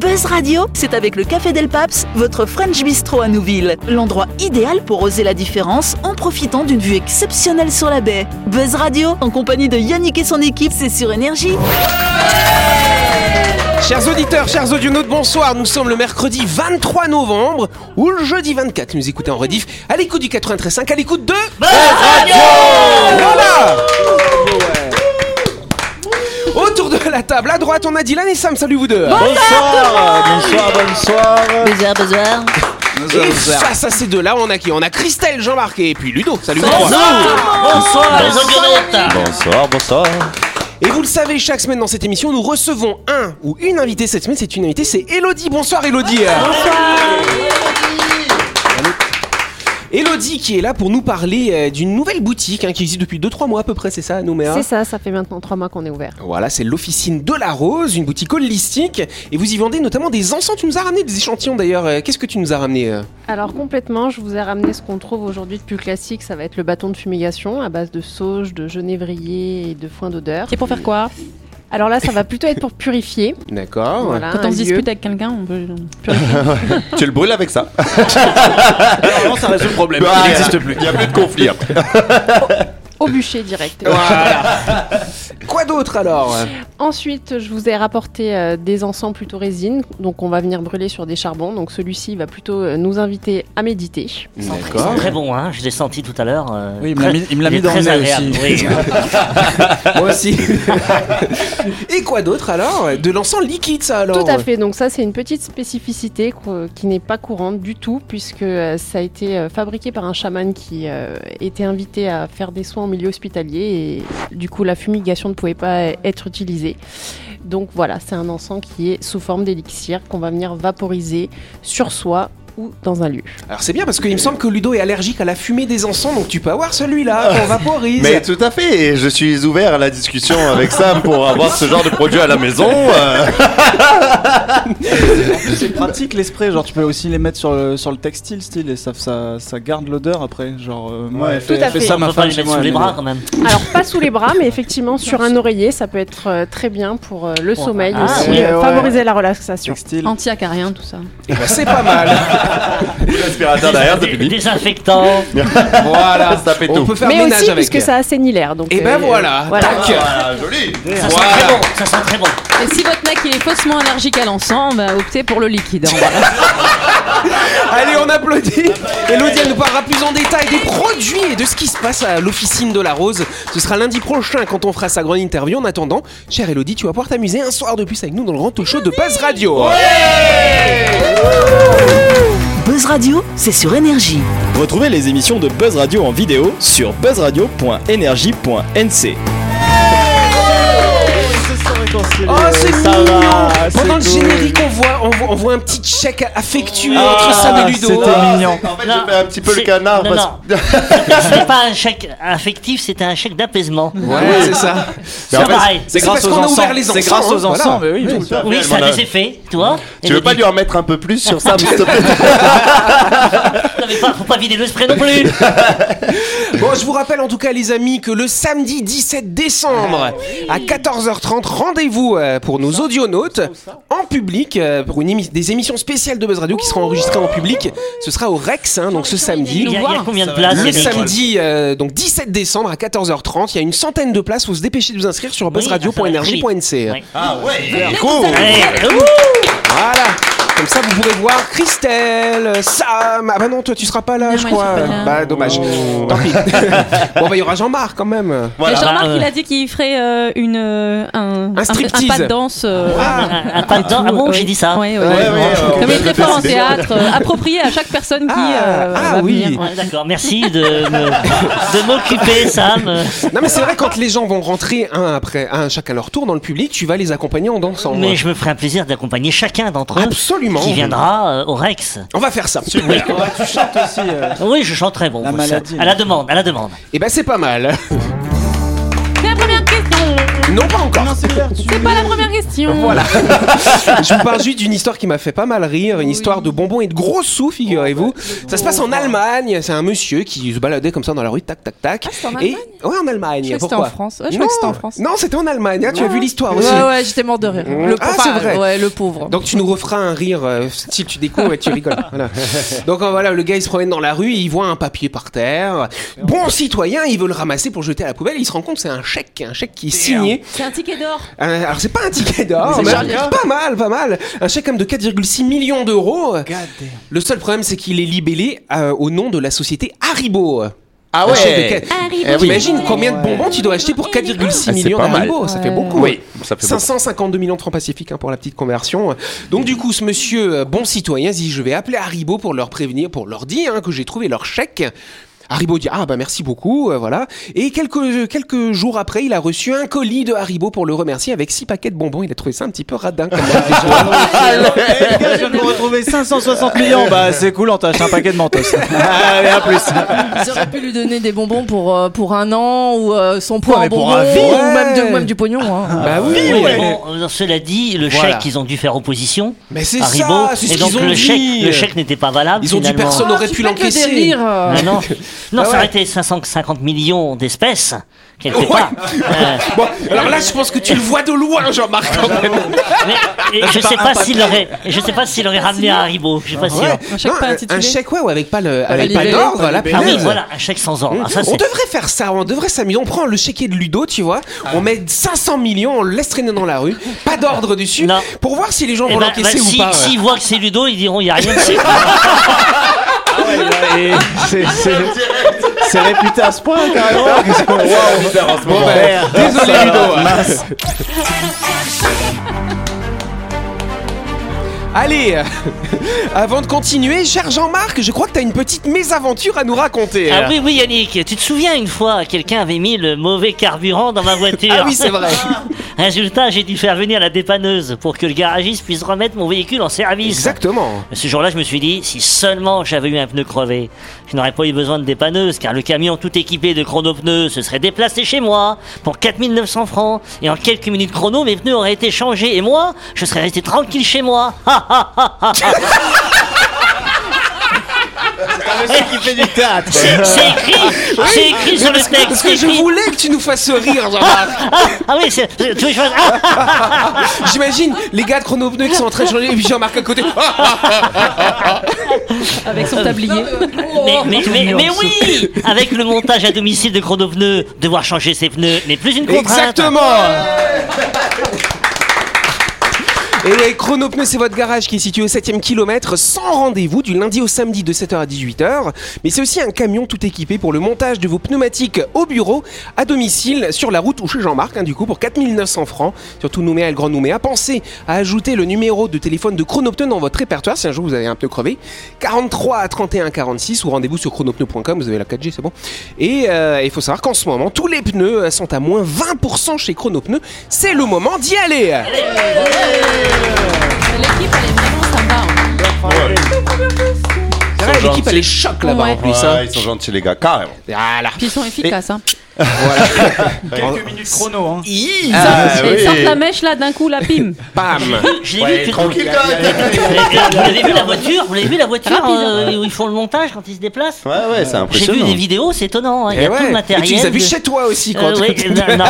Buzz Radio, c'est avec le Café Del Paps, votre French Bistro à Nouville. L'endroit idéal pour oser la différence en profitant d'une vue exceptionnelle sur la baie. Buzz Radio, en compagnie de Yannick et son équipe, c'est sur Énergie. Chers auditeurs, chers audionautes, bonsoir. Nous sommes le mercredi 23 novembre ou le jeudi 24. Nous écoutez en rediff à l'écoute du 93.5, à l'écoute de Buzz Radio. Voilà. Autour de la table, à droite, on a Dylan et Sam. Salut vous deux. Bonsoir, bonsoir, bonsoir. Bonsoir, bonsoir. et face à ces deux-là, on a qui On a Christelle, Jean-Marc et puis Ludo. Salut vous trois. Bonsoir, bonsoir. Et vous le savez, chaque semaine dans cette émission, nous recevons un ou une invitée. Cette semaine, c'est une invitée, c'est Elodie. Bonsoir Elodie. Bonsoir. Elodie qui est là pour nous parler euh, d'une nouvelle boutique hein, qui existe depuis 2-3 mois à peu près, c'est ça, à Nouméa C'est ça, ça fait maintenant trois mois qu'on est ouvert. Voilà, c'est l'officine de la rose, une boutique holistique. Et vous y vendez notamment des encens. Tu nous as ramené des échantillons d'ailleurs. Euh, Qu'est-ce que tu nous as ramené euh Alors complètement, je vous ai ramené ce qu'on trouve aujourd'hui de plus classique, ça va être le bâton de fumigation à base de sauge, de genévrier et de foin d'odeur. C'est pour faire quoi Alors là, ça va plutôt être pour purifier. D'accord. Voilà, Quand un on se lieu. dispute avec quelqu'un, on peut. Tu le brûles avec ça Vraiment, ça résout le problème. Il n'existe plus. Il n'y a plus de conflit après. au bûcher direct. Quoi d'autre alors Ensuite, je vous ai rapporté euh, des encens plutôt résine, donc on va venir brûler sur des charbons. Donc celui-ci va plutôt euh, nous inviter à méditer. Ils sont D'accord. très bons, hein. je l'ai senti tout à l'heure. euh, Oui, il me l'a très- mis- il me l'a il mis est dans le très nez agréable, aussi. oui. Moi aussi. Et quoi d'autre alors De l'encens liquide ça alors Tout à fait, donc ça c'est une petite spécificité qu'o- qui n'est pas courante du tout puisque euh, ça a été euh, fabriqué par un chaman qui euh, était invité à faire des soins en milieu hospitalier et du coup la fumigation ne pouvait pas euh, être utilisée. Donc voilà, c'est un encens qui est sous forme d'élixir qu'on va venir vaporiser sur soi ou dans un lieu. Alors c'est bien parce qu'il me semble que Ludo est allergique à la fumée des encens, donc tu peux avoir celui-là qu'on vaporise. Mais tout à fait, et je suis ouvert à la discussion avec Sam pour avoir ce genre de produit à la maison. euh. C'est pratique les sprays, genre tu peux aussi les mettre sur le, sur le textile, style, et ça, ça, ça garde l'odeur après. Genre, euh, moi, elle fait, Tout à elle fait fait. ça On ma peut pas femme les chez mettre moi. sous les elle bras est- quand même. Alors pas sous les bras mais effectivement sur un oreiller ça peut être euh, très bien pour euh, le sommeil ah, aussi, ouais, euh, ouais. favoriser la relaxation. Textile. Anti-acarien, tout ça. Eh ben, c'est pas mal. L'aspirateur derrière, c'est Des- fini. Désinfectant. voilà. Ça fait On tout. peut faire Mais ménage aussi avec. puisque ça assainit l'air. donc, Et ben euh, voilà. Tac. Ah, joli. Ça sent Voilà. très bon. Ça sent très bon. Et si votre mec il est faussement allergique à l'encens, on va opter pour le liquide. Allez, on applaudit. Elodie, elle nous parlera plus en détail des produits et de ce qui se passe à l'officine de la Rose. Ce sera lundi prochain quand on fera sa grande interview. En attendant, chère Elodie, tu vas pouvoir t'amuser un soir de plus avec nous dans le grand talk show de Buzz Radio. Buzz Radio, c'est sur Énergie. Retrouvez les émissions de Buzz Radio en vidéo sur buzzradio.energie.nc. Oh, c'est Ça mignon. va, c'est Pendant le cool. générique, on voit, on voit, on voit un petit chèque affectué entre Ah, Sam et Ludo. c'était mignon. En fait, Non, j'ai fait un petit peu le c'est- canard non, parce non. C'était pas un chèque affectif, c'était un chèque d'apaisement. Ouais, c'est ça. Mais en C'est fait, pareil. C'est grâce aux encens. hein. C'est grâce aux encens, mais oui. bien sûr. Oui, ça a des effets, tu vois. Tu veux pas lui en mettre un peu plus sur Sam, s'il te plaît Non, mais pas- faut pas vider le spray non plus. Bon, je vous rappelle en tout cas, les amis, que le samedi 17 décembre à 14h30, rendez-vous euh, pour nos audionautes en public euh, pour une émi- des émissions spéciales de Buzz Radio qui seront enregistrées en public. Ce sera au Rex, hein, donc ce samedi. Il y a, il y a voir. combien de places Le Yannick samedi, euh, donc 17 décembre à 14h30, il y a une centaine de places. Faut se dépêcher de vous inscrire sur Oui, buzzradio.energie.nc. Ouais. Ah ouais Allez, ouh. Voilà. Comme ça, vous pourrez voir Christelle, Sam. Ah bah non, toi, tu seras pas là, Non, je moi, je crois. serai pas là. Bah dommage. Oh. Tant pis. bon, bah il y aura Jean-Marc quand même. Voilà. Et Jean-Marc, Bah, euh, il a dit qu'il ferait euh, une, euh, un, striptease. pas de danse. euh, Ah, Un un pas de dents. Ah bon, ouais. j'ai dit ça. Ouais, ouais. Ouais, ouais, ouais, on Comme va il est très le fort en préciser. théâtre, euh, approprié à chaque personne qui. Ah, euh, ah va oui. venir. Ouais, D'accord, merci de, me- de m'occuper, Sam. Non mais c'est vrai quand les gens vont rentrer un après un chacun leur tour dans le public, tu vas les accompagner en dansant. hein. Mais je me ferai un plaisir d'accompagner chacun d'entre eux Absolument. qui viendra euh, au Rex. On va faire ça. Tu chantes aussi. euh, Oui, je chanterai, bon. La vous le savez. maladie. Eh ben, À la demande, à la demande. Et ben c'est pas mal. La première question. Non, pas encore. Non, c'est clair, tu- Eh, C'est pas la première question. Voilà. Je vous parle juste d'une histoire qui m'a fait pas mal rire, une histoire de bonbons et de gros sous, Oh, figurez-vous. bah, Ça se passe en Allemagne, c'est un monsieur qui se baladait comme ça dans la rue, tac tac tac. Ah, c'est en Et Allemagne ouais, en Allemagne. Je crois que c'était Pourquoi en France. Ouais, je crois que c'était en France. Non, c'était en Allemagne. Ah, tu as vu l'histoire aussi. Ouais, ouais, j'étais mort de rire. Le Ah, pauvre. c'est vrai. Ouais, le pauvre. Donc tu nous referas un rire euh, style tu découvres et tu rigoles. Voilà. Donc euh, voilà, le gars il se promène dans la rue, il voit un papier par terre. Bon citoyen, il veut le ramasser pour jeter à la poubelle. Il se rend compte que c'est un chèque, un chèque qui est signé. C'est un ticket d'or. Euh, alors c'est pas un ticket d'or, mais pas mal, pas mal. Un chèque comme de 4,6 millions d'euros. Le seul problème c'est qu'il est libellé euh, au nom de la société Haribo. Ah Un chèque de quatre- Eh oui. T'imagines combien de bonbons tu dois acheter pour 4,6 Ah, c'est millions pas mal. d'Haribo Ça fait Ouais. beaucoup. hein. Oui, ça fait beaucoup. 552 millions de francs pacifiques hein, pour la petite conversion. Donc du coup, ce monsieur euh, bon citoyen dit je vais appeler Haribo pour leur prévenir, pour leur dire hein, que j'ai trouvé leur chèque. Haribo dit ah bah merci beaucoup euh, voilà et quelques quelques jours après il a reçu un colis de Haribo pour le remercier avec six paquets de bonbons il a trouvé ça un petit peu radin quand même. Ah Eh, les gars, je viens de vous retrouver 560 millions. Bah, c'est cool, on t'a acheté un paquet de mentos. Allez, à plus. Ils auraient pu lui donner des bonbons pour, euh, pour un an ou euh, son poids Ouais, en mais pour bonbons un ou vie, même, ouais. de- ou même du pognon. hein. bah oui, Oui, ouais. bon, euh, cela dit, le Voilà. chèque qu'ils ont dû faire opposition mais c'est à Ribot, ça c'est ce et donc qu'ils ont le dit chèque, le chèque n'était pas valable. ils ont dit finalement. personne n'aurait pu Pas Ah, que des l'encaisser rires. euh. Non, non, non Ah ça ouais. aurait été 550 millions d'espèces, quelque Ouais. part. Euh, Bon, alors là, je pense que tu le vois de loin, Jean-Marc. Ah, quand même. mais- et je sais pas s'il aurait, je sais pas s'il aurait ramené à Haribo, je suis pas sûr. Ah Ouais. chèque Non, pas un- intitulé. Un chèque, ouais, ou avec pas le- avec pas libellé, d'ordre, la Ah oui, punaise. voilà, un chèque sans ordre. Ah, ça, on c'est- devrait faire ça, on devrait s'amuser. On prend le chéquier de Ludo, tu vois, Ah. on met 500 millions, on le laisse traîner dans la rue, pas d'ordre dessus, Non. pour voir si les gens Eh vont ben, l'encaisser ben, ou si- pas. S'ils voient que c'est Ludo, ils diront il n'y a rien dessus. C'est- C'est c'est réputé à ce point, carrément. en ce ben. moment. Désolé Ludo. Allez, euh, avant de continuer, cher Jean-Marc, je crois que t'as une petite mésaventure à nous raconter. ah oui, oui, Yannick, tu te souviens une fois, quelqu'un avait mis le mauvais carburant dans ma voiture. Ah oui, c'est vrai. Résultat, j'ai dû faire venir la dépanneuse pour que le garagiste puisse remettre mon véhicule en service. Exactement. Ce jour-là, je me suis dit, si seulement j'avais eu un pneu crevé, je n'aurais pas eu besoin de dépanneuse, car le camion tout équipé de chronopneus se serait déplacé chez moi pour 4900 francs, et en quelques minutes chrono, mes pneus auraient été changés, et moi, je serais resté tranquille chez moi. Ha, ha, ha, ha, ha. qui fait du théâtre. C'est c'est écrit, c'est écrit sur le parce, que, texte. parce c'est que je écrit. voulais que tu nous fasses rire, Jean-Marc. Ah, ah oui, c'est. Tu veux que je fasse- ah, ah, J'imagine les gars de Chrono Pneu qui sont en train de changer, et puis Jean-Marc à côté. Ah, ah, Avec son tablier. Oh. mais, mais, mais, mais oui Avec le montage à domicile de chronopneus, devoir changer ses pneus n'est plus une contrainte. Exactement. Et ouais, Chronopneu, c'est votre garage qui est situé au 7ème kilomètre, sans rendez-vous, du lundi au samedi de 7h à 18h. Mais c'est aussi un camion tout équipé pour le montage de vos pneumatiques au bureau, à domicile, sur la route ou chez Jean-Marc, hein, du coup, pour 4900 francs. Surtout Nouméa et le Grand Nouméa. Pensez à ajouter le numéro de téléphone de Chronopneu dans votre répertoire si un jour vous avez un pneu crevé. 43 à 31 46 ou rendez-vous sur chronopneu.com, vous avez la 4G, c'est bon. Et euh, il faut savoir qu'en ce moment, tous les pneus euh, sont à moins 20% chez Chronopneu. C'est le moment d'y aller. L'équipe, elle est vraiment sympa. hein. C'est vrai, L'équipe, elle est choc là-bas en plus. hein. Ouais, ils sont gentils les gars, carrément. Voilà. Puis ils sont efficaces. hein. Quelques minutes chrono, hein. Hi, Ah, Et Ils sortent la mèche là d'un coup, la pime. Bam. Je l'ai vu, tu- Vous avez vu la voiture Vous avez vu la voiture euh, où ils font le montage quand ils se déplacent Ouais, ouais, c'est J'ai vu impressionnant. des vidéos, c'est étonnant. hein, Il y Eh a tout ouais. le matériel. Et tu les as vus de- chez toi aussi quand Euh, oui, non, non.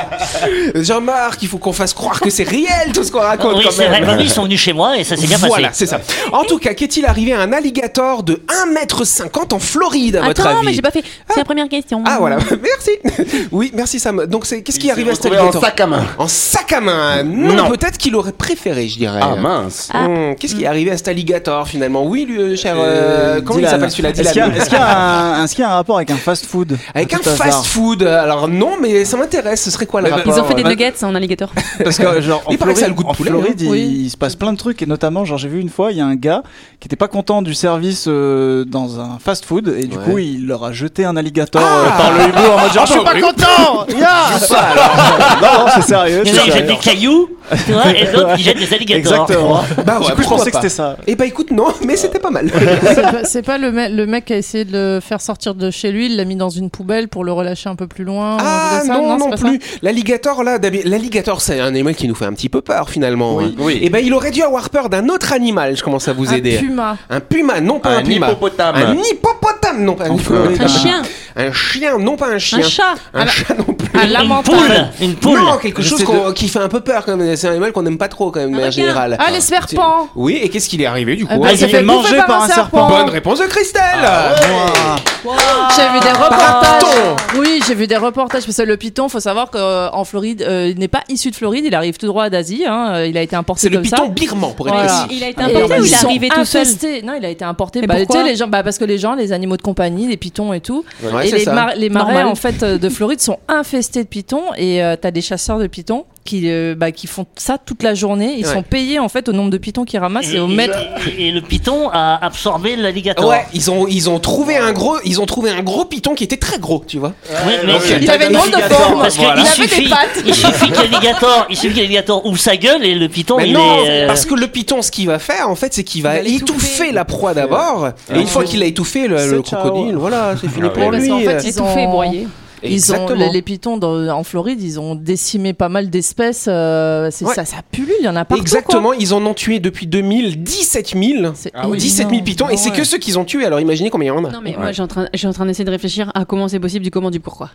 Jean-Marc, il faut qu'on fasse croire que c'est réel tout ce qu'on raconte Oui, quand c'est vrai. même. Bah oui, ils sont venus chez moi et ça s'est bien voilà, passé. c'est ça. En tout cas, qu'est-il arrivé à un alligator de 1m50 en Floride, à votre Attends, avis mais j'ai pas fait. C'est la première question. Ah voilà, merci. Oui, merci Sam. Donc c'est qu'est-ce qui arrive à cet en alligator sac à main. En sac à main. Non, Non. peut-être qu'il aurait préféré, je dirais. Ah mince. Ah. Hmm, Qu'est-ce qui est arrivé à cet alligator finalement Oui, lui, euh, cher. euh, comment il Dylan. s'appelle celui-là Est-ce qu'il y a- Dylan. est-ce qu'il y, a un- est-ce qu'il y a un rapport avec un fast-food Avec à un tout hasard fast-food. Alors non, mais ça m'intéresse. Ce serait quoi le Ouais, bah, rapport Ils ont fait des Ouais. nuggets en alligator. Parce que genre en Il paraît Floride, que ça a le goût de en poulet, Floride, hein. il, Oui. il se passe plein de trucs et notamment genre j'ai vu une fois il y a un gars qui était pas content du service euh, dans un fast food et du Ouais. coup il leur a jeté un alligator Ah euh, par le hibou en mode genre Ah, je suis pas content non non c'est sérieux, Ils c'est ont sérieux. jeté des cailloux. tu vois, et l'autre qui jette des alligators. Exactement. Bah ouais, du coup, je pourquoi pensais que pas. c'était ça. Eh bah écoute, non, mais c'était pas mal. C'est pas, c'est pas le, me- le mec qui a essayé de le faire sortir de chez lui, il l'a mis dans une poubelle pour le relâcher un peu plus loin. ou un truc Ah comme ça non, non, c'est pas ça plus. L'alligator, là, d'habi- l'alligator, c'est un animal qui nous fait un petit peu peur finalement. Oui. hein. Oui. Et ben, il aurait dû avoir peur d'un autre animal, je commence à vous Un aider. Ah, puma. Un puma, non pas un, Un puma. hippopotame. Un hippopotame, non pas un hippopotame. Un chien, Ah, Un chien, non pas un chien. bah. un chat. Un chat non plus. Un Une lamentin. poule, une poule. Non, quelque chose J'essaie qu'on- qui fait un peu peur quand même. C'est un animal qu'on n'aime pas trop quand même, en général. Ah, les serpents Oui, et qu'est-ce qu'il est arrivé du coup Eh ben, Ah, il il s'est s'est fait fait bouffer manger par par un un serpent. Bonne réponse de Christelle J'ai vu Ah, des python. reportages. Oui, j'ai vu des reportages parce que le python, faut savoir qu'en Floride, euh, il n'est pas issu de Floride, il arrive tout droit d'Asie. hein, euh, il a été importé C'est le comme ça. python birman pour être Voilà. précis. Il, il a été Et importé ou ils il est sont arrivé tout seul infestés. Non, il a été importé. Mais Bah, tu pourquoi sais, les gens, bah, parce que les gens, les animaux de compagnie, les pitons et tout, Ouais, et c'est les, ça. mar- les marais Normal. en fait euh, de Floride sont infestés de pitons et euh, t'as des chasseurs de pitons qui euh, bah, qui font ça toute la journée. Ils Ouais. sont payés en fait au nombre de pitons qu'ils ramassent et, Et- Ah, au mètre. Et, et le python a absorbé l'alligator. Ouais, ils ont ils ont trouvé un gros ils ont trouvé un gros python qui était très gros, tu vois. Oui, mais Ok. Il avait une drôle de forme. Parce que Il il, avait suffit, des pattes. il suffit que l'alligator, il suffit que l'alligator ouvre sa gueule et le python Mais il non, est. euh, parce que le python, ce qu'il va faire, en fait, c'est qu'il va, Il va l'étouffer. étouffer la proie d'abord, et une fois qu'il a étouffé le, le C'est ciao. crocodile, voilà, c'est fini Ah pour ouais. Parce lui. qu'en fait, ils Étouffé et ont- broyé. Ils ont, Exactement. les, les pitons dans- en Floride, ils ont décimé pas mal d'espèces. euh, c'est Ouais. ça, ça pullule, il y en a partout. quoi. Exactement, Ah ils en ont tué depuis 2000 17 000, C'est 17 000 énorme. pitons, et c'est Ah Ouais. que ceux qu'ils ont tués. Alors imaginez combien il y en a. Non mais moi je suis en train- je suis en train d'essayer de réfléchir à comment c'est possible, du comment, du pourquoi.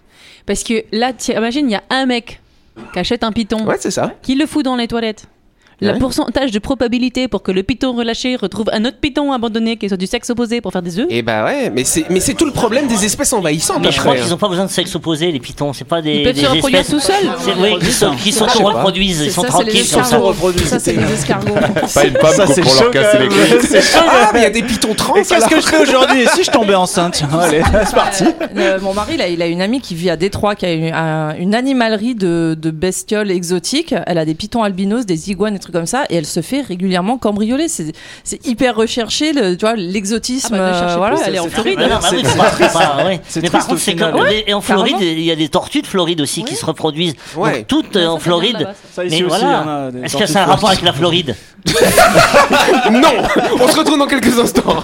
Parce que là, t'y- imagine, il y a un mec qui achète un python, Ouais, c'est ça. qui le fout dans les toilettes. Le Ouais. pourcentage de probabilité pour que le python relâché retrouve un autre python abandonné qui soit du sexe opposé pour faire des œufs. Et bah ouais, mais c'est mais c'est tout le problème des espèces envahissantes Mais je crois après. qu'ils hein. n'ont pas besoin de sexe opposé, les pythons. C'est pas des. Ils peuvent des se reproduire espèces- tout seuls. C'est- Oui, qui sont- qui s'auto-reproduisent, C'est ils sont ça, c'est les tranquilles sur ça. escargots. Ça, c'est les escargots. Pas une Ça, femme c'est pour chaud leur casser les quand même. couilles. C'est chaud. Ah, mais il y a des pitons trans. Et qu'est-ce alors. que je fais aujourd'hui Et Si je tombais enceinte Tiens, Allez, c'est parti. Euh, mon mari, là, il a une amie qui vit à Détroit, qui a une, un- une animalerie de, de bestioles exotiques. Elle a des pitons albinos, des iguanes, des trucs comme ça, et elle se fait régulièrement cambrioler. C'est, c'est hyper recherché, le, tu vois, l'exotisme. Ah bah, ne euh, cherchez plus, voilà. elle est en Ah, Floride. bah non, bah oui, faut pas- faut pas, ouais. C'est Mais par triste au contre, c'est final. comme. Et en carrément. Floride, il y a des tortues de Floride aussi qui se reproduisent. Ouais. Donc, toutes euh, en Floride. Ça, Mais ici aussi, il y en voilà. a des Est-ce que tortues ça a un fortes. rapport avec la Floride Non, on se retrouve dans quelques instants.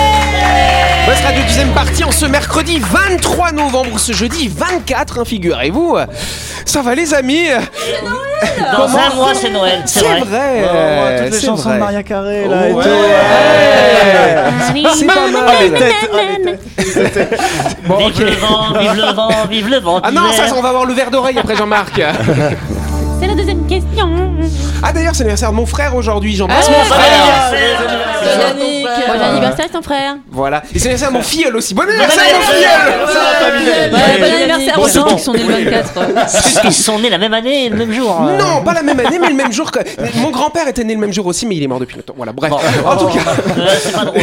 Buzz Radio deuxième partie en ce mercredi 23 novembre, ce jeudi 24, hein, figurez-vous. Ça va les amis Dans un mois, c'est Noël, c'est Ouais, vrai. ouais, Oh, toutes les c'est chansons vrai. Oh, de Maria Carré, là, et Ouais. tout. Ouais. Ah, C'est pas mal. Vive le vent, vive le vent, vive le vent. Ah non, d'hiver. ça, ça, on va avoir le verre d'oreille après Jean-Marc. C'est la deuxième question. Ah d'ailleurs, c'est l'anniversaire de mon frère aujourd'hui, Jean-Marc. Ah, mon Bon frère. anniversaire. Yannick, Bon euh, anniversaire ton frère. Voilà. Et c'est l'anniversaire de mon filleul aussi. Bon anniversaire, mon anniversaire. filleul Bon anniversaire Bon, aux c'est gens bon. qui sont nés le 24. Ils sont nés la même année et le même jour. euh. Non, pas la même année, mais le même jour que. Mon grand-père était né le même jour aussi, mais il est mort depuis longtemps. Voilà, bref. En tout cas. Euh, c'est pas drôle.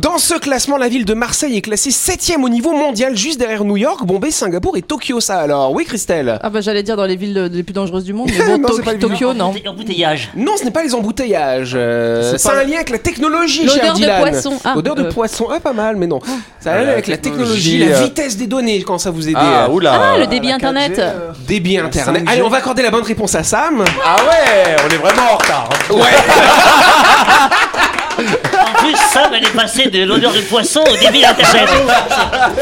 Dans ce classement, la ville de Marseille est classée 7 au niveau mondial, juste derrière New York, Bombay, Singapour et Tokyo. Ça alors, oui, Christelle Ah bah j'allais dire dans les villes euh, les plus dangereuses du monde, mais bon, Non, To- c'est pas les Tokyo, non. Embouteille- Embouteillage. Non, ce n'est pas les embouteillages. euh, C'est ça pas- a un lien avec la technologie, cher L'odeur de Dylan. poisson. Ah, Odeur de euh, poisson, ah, pas mal, mais non. Ça a un lien la avec la technologie, technologie, la euh, vitesse des données, quand ça vous aide. Ah, oula. Ah, le débit internet. Débit internet. 5G. Allez, on va accorder la bonne réponse à Sam. Ah ouais, on est vraiment en retard. En plus, Sam, elle est passée de l'odeur de poisson au débit internet.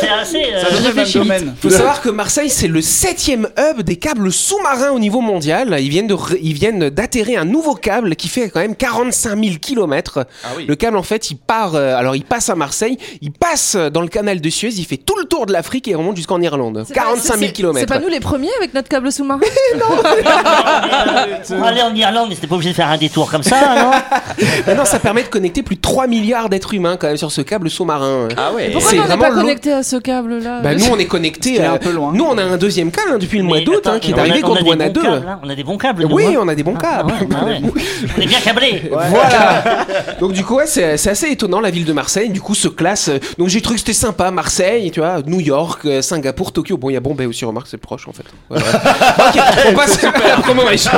C'est assez. euh, Dans le même domaine. Faut savoir que Marseille, c'est le septième hub des câbles sous-marins au niveau mondial. Ils viennent de, ré- ils viennent d'atterrir un nouveau câble qui fait quand même 45 000 kilomètres. Ah Ah Le câble, en fait, il part, euh, alors il passe à Marseille, il passe dans le canal de Suez, il fait tout le tour de l'Afrique et remonte jusqu'en Irlande. 45 000 C'est kilomètres. pas nous les premiers avec notre câble sous-marin Pour aller en Irlande, ils n'étaient pas obligés de faire un détour comme ça, non Maintenant, ça permet de connecté plus de 3 milliards d'êtres humains quand même sur ce câble sous-marin. Ah ouais. Pourquoi C'est on n'est vraiment pas l'eau- connecté à ce câble-là Bah, nous, on est Parce connectés. qu'il est un à- peu loin. Nous, on a un deuxième câble hein, depuis le Mais mois d'août attends, hein, qui est on a- arrivé on a contre des Douana bons 2. câbles, hein, On a des bons câbles. Oui, nous, hein. on a des bons Ah, câbles. ouais, bah ouais. On est bien câblés. Voilà. Donc du coup, ouais, c'est c'est assez étonnant la ville de Marseille. Du coup, se classe. euh, Donc j'ai trouvé que c'était sympa, Marseille, tu vois, New York, euh, Singapour, Tokyo. Bon, il y a Bombay aussi, remarque, c'est proche en fait. Ouais, ouais. ok, on passe à la promo My Shop.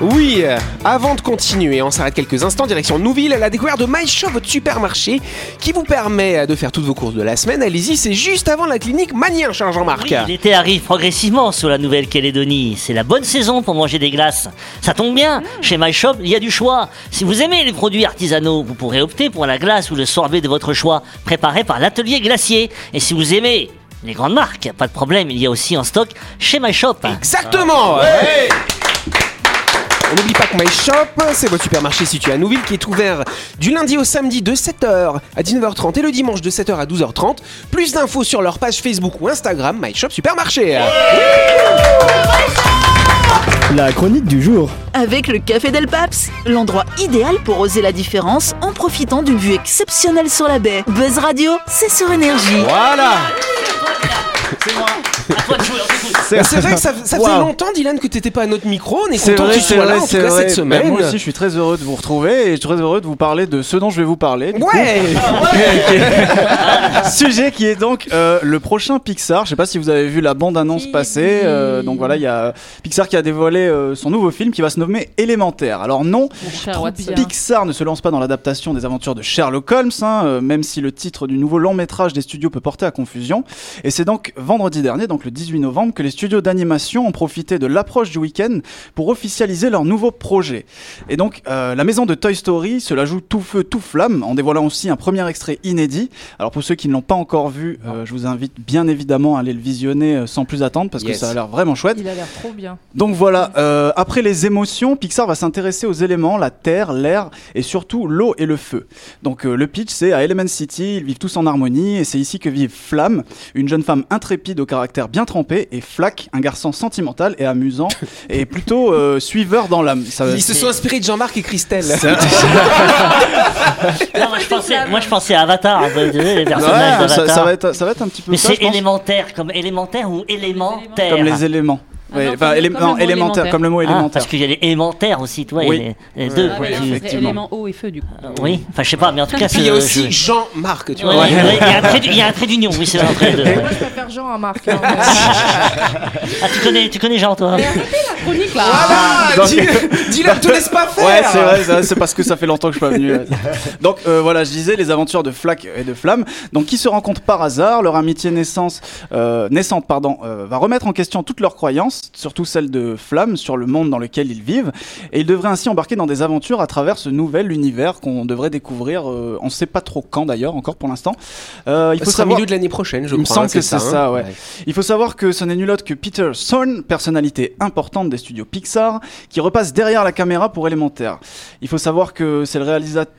Oui, euh, avant de continuer, on s'arrête quelques instants direction Nouville à la découverte de My Shop, votre supermarché qui vous permet euh, de faire toutes vos courses de la semaine. Allez-y, c'est juste avant la clinique Manien, cher Jean-Marc. Oui, l'été arrive progressivement sous la Nouvelle-Calédonie. C'est la bonne saison pour manger des glaces. Ça tombe bien, Mm. chez My Shop, il y a du choix. Si vous aimez les produits artisanaux, vous pourrez opter pour la glace ou le sorbet de votre choix, préparé par l'atelier glacier. Et si vous aimez les grandes marques, pas de problème, il y a aussi en stock chez My Shop. Ah, Exactement On n'oublie pas que My Shop, c'est votre supermarché situé à Nouville qui est ouvert du lundi au samedi de 7h à 19h30 et le dimanche de 7h à 12h30. Plus d'infos sur leur page Facebook ou Instagram My Shop Supermarché. La chronique du jour. Avec le Café Del Paps, l'endroit idéal pour oser la différence en profitant d'une vue exceptionnelle sur la baie. Buzz Radio, c'est sur énergie. Voilà C'est C'est vrai que ça, ça faisait Wow. longtemps Dylan que t'étais pas à notre micro, on est C'est content que vrai, tu c'est sois là vrai, en tout c'est cas vrai. cette Bah, semaine. moi aussi, je suis très heureux de vous retrouver et je suis très heureux de vous parler de ce dont je vais vous parler. du coup. Ouais Ah, Sujet qui est donc euh, le prochain Pixar. Je sais pas si vous avez vu la bande-annonce passer. euh, donc voilà, il y a euh, Pixar qui a dévoilé euh, son nouveau film qui va se nommer Élémentaire. Alors non, Trop bien. Pixar ne se lance pas dans l'adaptation des aventures de Sherlock Holmes, hein, euh, même si le titre du nouveau long métrage des studios peut porter à confusion. Et c'est donc vendredi dernier, donc le 18 novembre, que les studios d'animation ont profité de l'approche du week-end pour officialiser leur nouveau projet. Et donc, euh, la maison de Toy Story se la joue tout feu, tout flamme, en dévoilant aussi un premier extrait inédit. Alors pour ceux qui ne l'ont pas encore vu, euh, je vous invite bien évidemment à aller le visionner euh, sans plus attendre, parce Yes. que ça a l'air vraiment chouette. Il a l'air trop bien. Donc voilà, euh, après les émotions, Pixar va s'intéresser aux éléments, la terre, l'air et surtout l'eau et le feu. Donc euh, le pitch c'est à Element City, ils vivent tous en harmonie et c'est ici que vivent Flamme, une jeune femme intrépide au caractère bien trempé et Flack, un garçon sentimental et amusant et plutôt euh, suiveur dans l'âme. Ça- Ils se sont inspirés de Jean-Marc et Christelle. Non, moi, je pensais, moi je pensais à Avatar, un peu, les Ouais, personnages ça, d'Avatar. ça va être, ça va être un petit peu Mais ça, c'est je pense. élémentaire, comme élémentaire ou élémentaire comme les éléments. Ah Ouais, non, enfin, comme- élé- comme non, le mot élémentaire, élémentaire. comme le mot Ah, élémentaire. parce qu'il y a les élémentaires aussi, toi, Oui. et les, les deux. Ah Ouais, oui, effectivement. c'est élément eau et feu du coup. Oui, enfin je sais pas, mais en tout cas, Puis il y Ah, a ce- aussi je- Jean-Marc, tu Ouais, vois. ouais, Il y a un trait d'u- il y a un trait d'union, oui, c'est un trait de. Moi, je préfère Jean à Marc. hein, mais- Ah, tu connais, tu connais Jean, toi Chronique, là. Voilà Donc- Dis- Ah Dylan, te laisse pas faire Ouais, c'est vrai, c'est vrai, c'est parce que ça fait longtemps que je suis pas venu. ouais. Donc euh, voilà, je disais les aventures de Flack et de Flamme, donc qui se rencontrent par hasard, leur amitié naissance, euh, naissante pardon, euh, va remettre en question toutes leurs croyances, surtout celles de Flamme sur le monde dans lequel ils vivent, et ils devraient ainsi embarquer dans des aventures à travers ce nouvel univers qu'on devrait découvrir, euh, on sait pas trop quand d'ailleurs, encore pour l'instant. Euh, il Il faut faut sera au savoir milieu de l'année prochaine, je Il me crois. hein, semble que c'est ça, ouais. il faut savoir que ce n'est nul autre que Peter Sorn, personnalité importante des studios Pixar, qui repasse derrière la caméra pour élémentaire. Il faut savoir que c'est le réalisateur,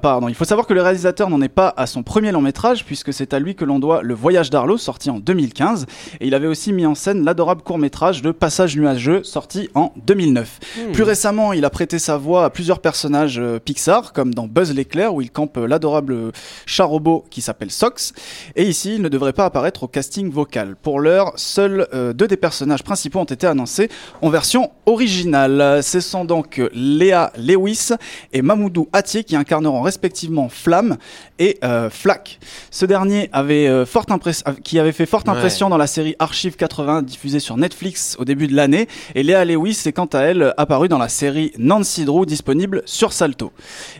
pardon, il faut savoir que le réalisateur n'en est pas à son premier long métrage puisque c'est à lui que l'on doit Le Voyage d'Arlo, sorti en 2015, et il avait aussi mis en scène l'adorable court métrage de Passage nuageux, sorti en 2009. Plus récemment, il a prêté sa voix à plusieurs personnages euh, Pixar, comme dans Buzz l'éclair où il campe euh, l'adorable euh, chat robot qui s'appelle Sox. Et ici, il ne devrait pas apparaître au casting vocal. Pour l'heure, seuls euh, deux des personnages principaux ont été annoncés en version originale. Ce sont donc euh, Léa Lewis et Mamoudou Atier qui incarneront respectivement Flamme et euh, Flack. Ce dernier avait, euh, forte impress- euh, qui avait fait forte Ouais. impression dans la série Archive 80 diffusée sur Netflix au début de l'année. Et Léa Lewis est quant à elle euh, apparue dans la série Nancy Drew disponible sur Salto.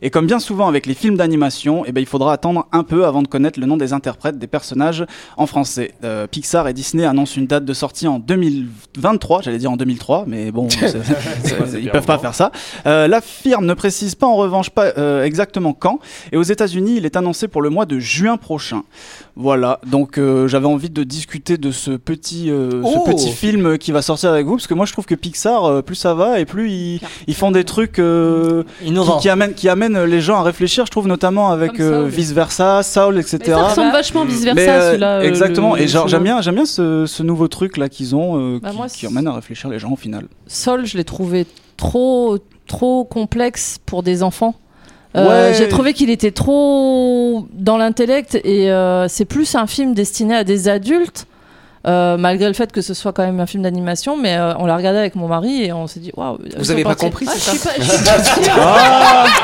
Et comme bien souvent avec les films d'animation, eh ben, il faudra attendre un peu avant de connaître le nom des interprètes des personnages en français. Euh, Pixar et Disney annoncent une date de sortie en 2023, j'allais dire en 2003, mais bon, c'est- c'est- c'est- ils peuvent pas faire ça. Euh, la firme ne précise pas en revanche pas euh, exactement quand, et aux États-Unis, il est annoncé pour le mois de juin prochain. Voilà, donc euh, j'avais envie de discuter de ce petit, euh, Oh ce petit film qui va sortir avec vous, parce que moi je trouve que Pixar, euh, plus ça va et plus ils, ils font des trucs. euh, Innovant. qui, qui amène qui amène les gens à réfléchir je trouve notamment avec Comme Saul. euh, vice versa Saul etc Mais ça ressemble vachement Mm. vice versa euh, celui-là. euh, exactement le- et genre le- j'aime bien j'aime bien ce, ce nouveau truc là qu'ils ont euh, Bah, qui, moi, qui amène à réfléchir les gens au final Sol, je l'ai trouvé trop, trop complexe pour des enfants. Euh, Ouais. J'ai trouvé qu'il était trop dans l'intellect et euh, c'est plus un film destiné à des adultes, euh, malgré le fait que ce soit quand même un film d'animation. Mais euh, on l'a regardé avec mon mari et on s'est dit waouh. ils Vous sont avez pas partis. compris, Ah, c'est je suis pas- je suis pas sûre.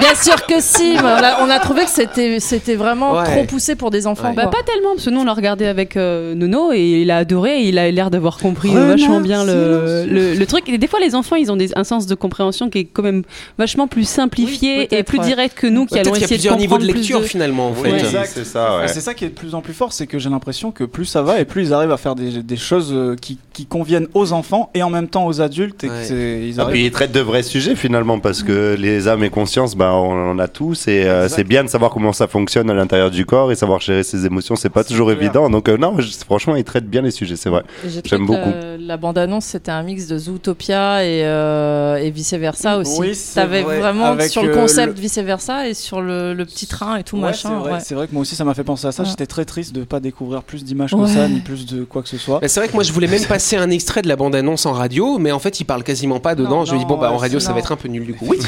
Bien sûr que si. mais on, a, on a trouvé que c'était c'était vraiment Ouais. trop poussé pour des enfants. Ouais. Bah, quoi. pas tellement, parce que nous on l'a regardé avec euh, Nono et il a adoré, et il a l'air d'avoir compris euh, vachement bien le, le, le truc. Et des fois, les enfants ils ont des, un sens de compréhension qui est quand même vachement plus Oui, simplifié peut-être, et plus ouais. direct que nous qui Peut-être allons qu'il y a essayer de plusieurs comprendre niveaux de plus lecture de- finalement en Oui, fait. Ouais. exact, c'est ça, ouais. Et C'est ça qui est de plus en plus fort, c'est que j'ai l'impression que plus ça va et plus ils arrivent à faire des, des choses euh, qui, qui conviennent aux enfants et en même temps aux adultes. Et que Ouais. c'est- ils Ah, arrivent- puis il traite de vrais sujets finalement parce que les âmes et consciences, bah, on en a tous et euh, Exact. c'est bien de savoir comment ça fonctionne à l'intérieur du corps et savoir gérer ses émotions, c'est pas C'est toujours clair. évident. Donc euh, non, je- franchement, il traite bien les sujets, c'est vrai. Et j'ai trouvé J'aime que beaucoup. La, la bande-annonce, c'était un mix de Zootopia et, euh, et vice-versa aussi. Oui, c'est T'avais vrai. vraiment Avec, sur le euh, concept le- vice-versa et sur le, le petit train et tout Ouais, c'est machin. vrai, ouais. c'est vrai que moi aussi ça m'a fait penser à ça. Ouais. J'étais très triste de pas découvrir plus d'images Ouais. que ça, ni plus de quoi que ce soit. Bah, c'est vrai que moi je voulais même passer un extrait de la bande-annonce en radio, mais en fait il parle quasiment pas dedans. Non, je me dis non, bon bah en ouais, radio c'est- ça va non. être un peu nul du coup. Oui.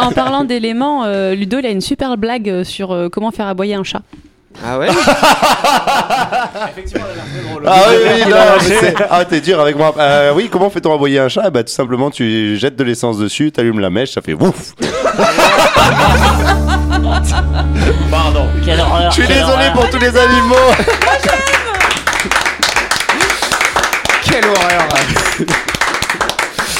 En, en parlant d'éléments, euh, Ludo il a une super blague euh, sur euh, comment faire aboyer un chat. Ah ouais. Ah oui, oui, non, mais c'est- ah, t'es dur avec moi. Euh, oui, comment fait-on aboyer un chat Bah tout simplement, tu jettes de l'essence dessus, t'allumes la mèche, ça fait ouf. Pardon. Quelle horreur Je suis quelle désolé horreur. pour tous les animaux. Quelle horreur.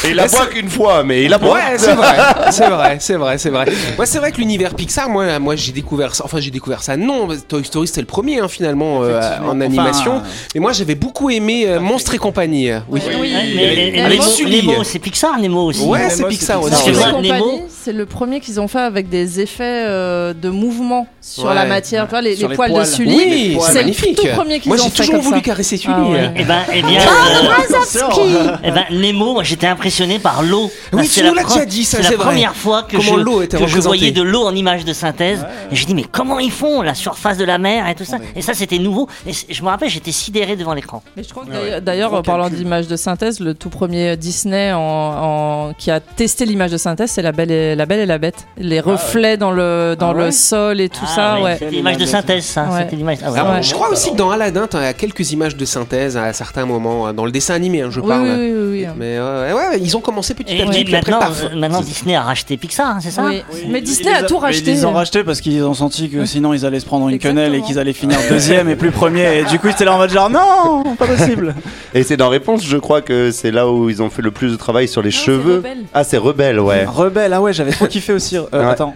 Et il la boit qu'une fois, mais il la boit. Ouais, c'est vrai, c'est vrai, c'est vrai, c'est vrai. Moi, c'est vrai que l'univers Pixar, moi, moi, j'ai découvert ça. Enfin, j'ai découvert ça. Non, Toy Story, c'était le premier hein, finalement euh, Effectivement. en Enfin, animation. euh, Mais moi, j'avais beaucoup aimé euh, Monstres et compagnie. euh, Oui. Ouais, mais Il y avait- les- les- avec Nemo- Sully. Nemo, c'est Pixar, Nemo aussi. Ouais, Nemo, c'est c'est Pixar Pixar. aussi. Excusez-moi, Compagnie, Nemo. c'est le premier qu'ils ont fait avec des effets euh, de mouvement sur Ouais. la matière, tu vois, les, Sur les les poils, poils. de Sully. Oui, poils. c'est C'est le magnifique. tout premier qu'ils moi, ont j'ai fait toujours comme voulu ça. caresser Sully. Ah ouais. euh. Eh ben, eh bien, euh, eh ben, Nemo, moi, j'étais impressionné par l'eau. Parce que tu c'est nous la l'as pre- déjà dit, ça, c'est la c'est vrai. première fois que, Comment je, l'eau était que je représentée. voyais de l'eau en image de synthèse. Et J'ai dit, mais comment ils font la surface de la mer et tout ça Et ça, c'était nouveau. Et c- je me rappelle, j'étais sidéré devant l'écran. Mais je crois que Ah Ouais, d'ailleurs- ouais. d'ailleurs, Gros en parlant calcul. d'image de synthèse, le tout premier Disney en, en- qui a testé l'image de synthèse, c'est La Belle et la, Belle et la Bête. Les reflets dans le dans Ah le ouais sol et tout Ah, ça, oui, ouais. C'était l'image de synthèse, ça. Ouais. C'était l'image. ah, ouais. Alors, Ouais. Je crois aussi que dans Aladdin, tu as quelques images de synthèse à certains moments, hein, dans le dessin animé, hein, je Oui, parle. oui, oui, oui, oui. Mais euh, ouais, ouais, ouais, ils ont commencé petit Et, à petit, et puis après, maintenant, paf. euh, maintenant, Disney a racheté Pixar, hein, c'est ça Oui. Mais ils- Disney ils a les tout mais racheté. Ils les ont racheté parce qu'ils ont senti que sinon ils allaient se prendre une Exactement. quenelle et qu'ils allaient finir deuxième et plus premier. Et du coup, c'était là en mode genre non, pas possible. Et c'est dans Réponse, je crois que c'est là où ils ont fait le plus de travail sur les cheveux. Ah, c'est Rebelle, ouais. Rebelle, ah ouais, j'avais trop kiffé aussi. Euh, Ouais. Attends,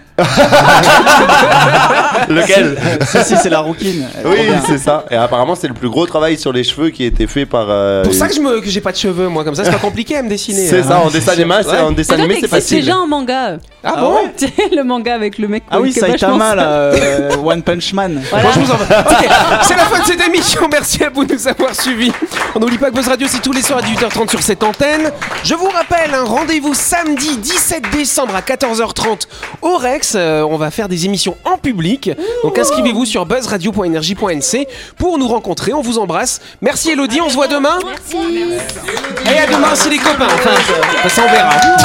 Ah, Lequel si, si, c'est la rouquine. Elle est Oui, trop bien. c'est ça. Et apparemment, c'est le plus gros travail sur les cheveux qui a été fait par. euh, Pour ça que je me- que j'ai pas de cheveux, moi, comme ça, c'est pas compliqué à me dessiner. C'est hein. ça, en dessin animé, c'est- Ouais. en dessin Ça doit animé, c'est exister facile. déjà en manga. Ah Ah bon ouais Tu sais, le manga avec le mec. Ah oui, qui est vachement Saitama, là, euh, One Punch Man. Bon, je vous en- Ok, c'est la fin de cette émission. Merci à vous de nous avoir suivis. On n'oublie pas que Buzz Radio, c'est tous les soirs à 18h30 sur cette antenne. Je vous rappelle, un rendez-vous samedi 17 décembre à 14h30 au Rex. Euh, on va faire des émissions en public. Donc inscrivez-vous sur buzzradio.energie.nc pour nous rencontrer. On vous embrasse. Merci Elodie, on se voit demain. Merci. Et à demain, c'est les copains. Enfin, euh, ça on verra.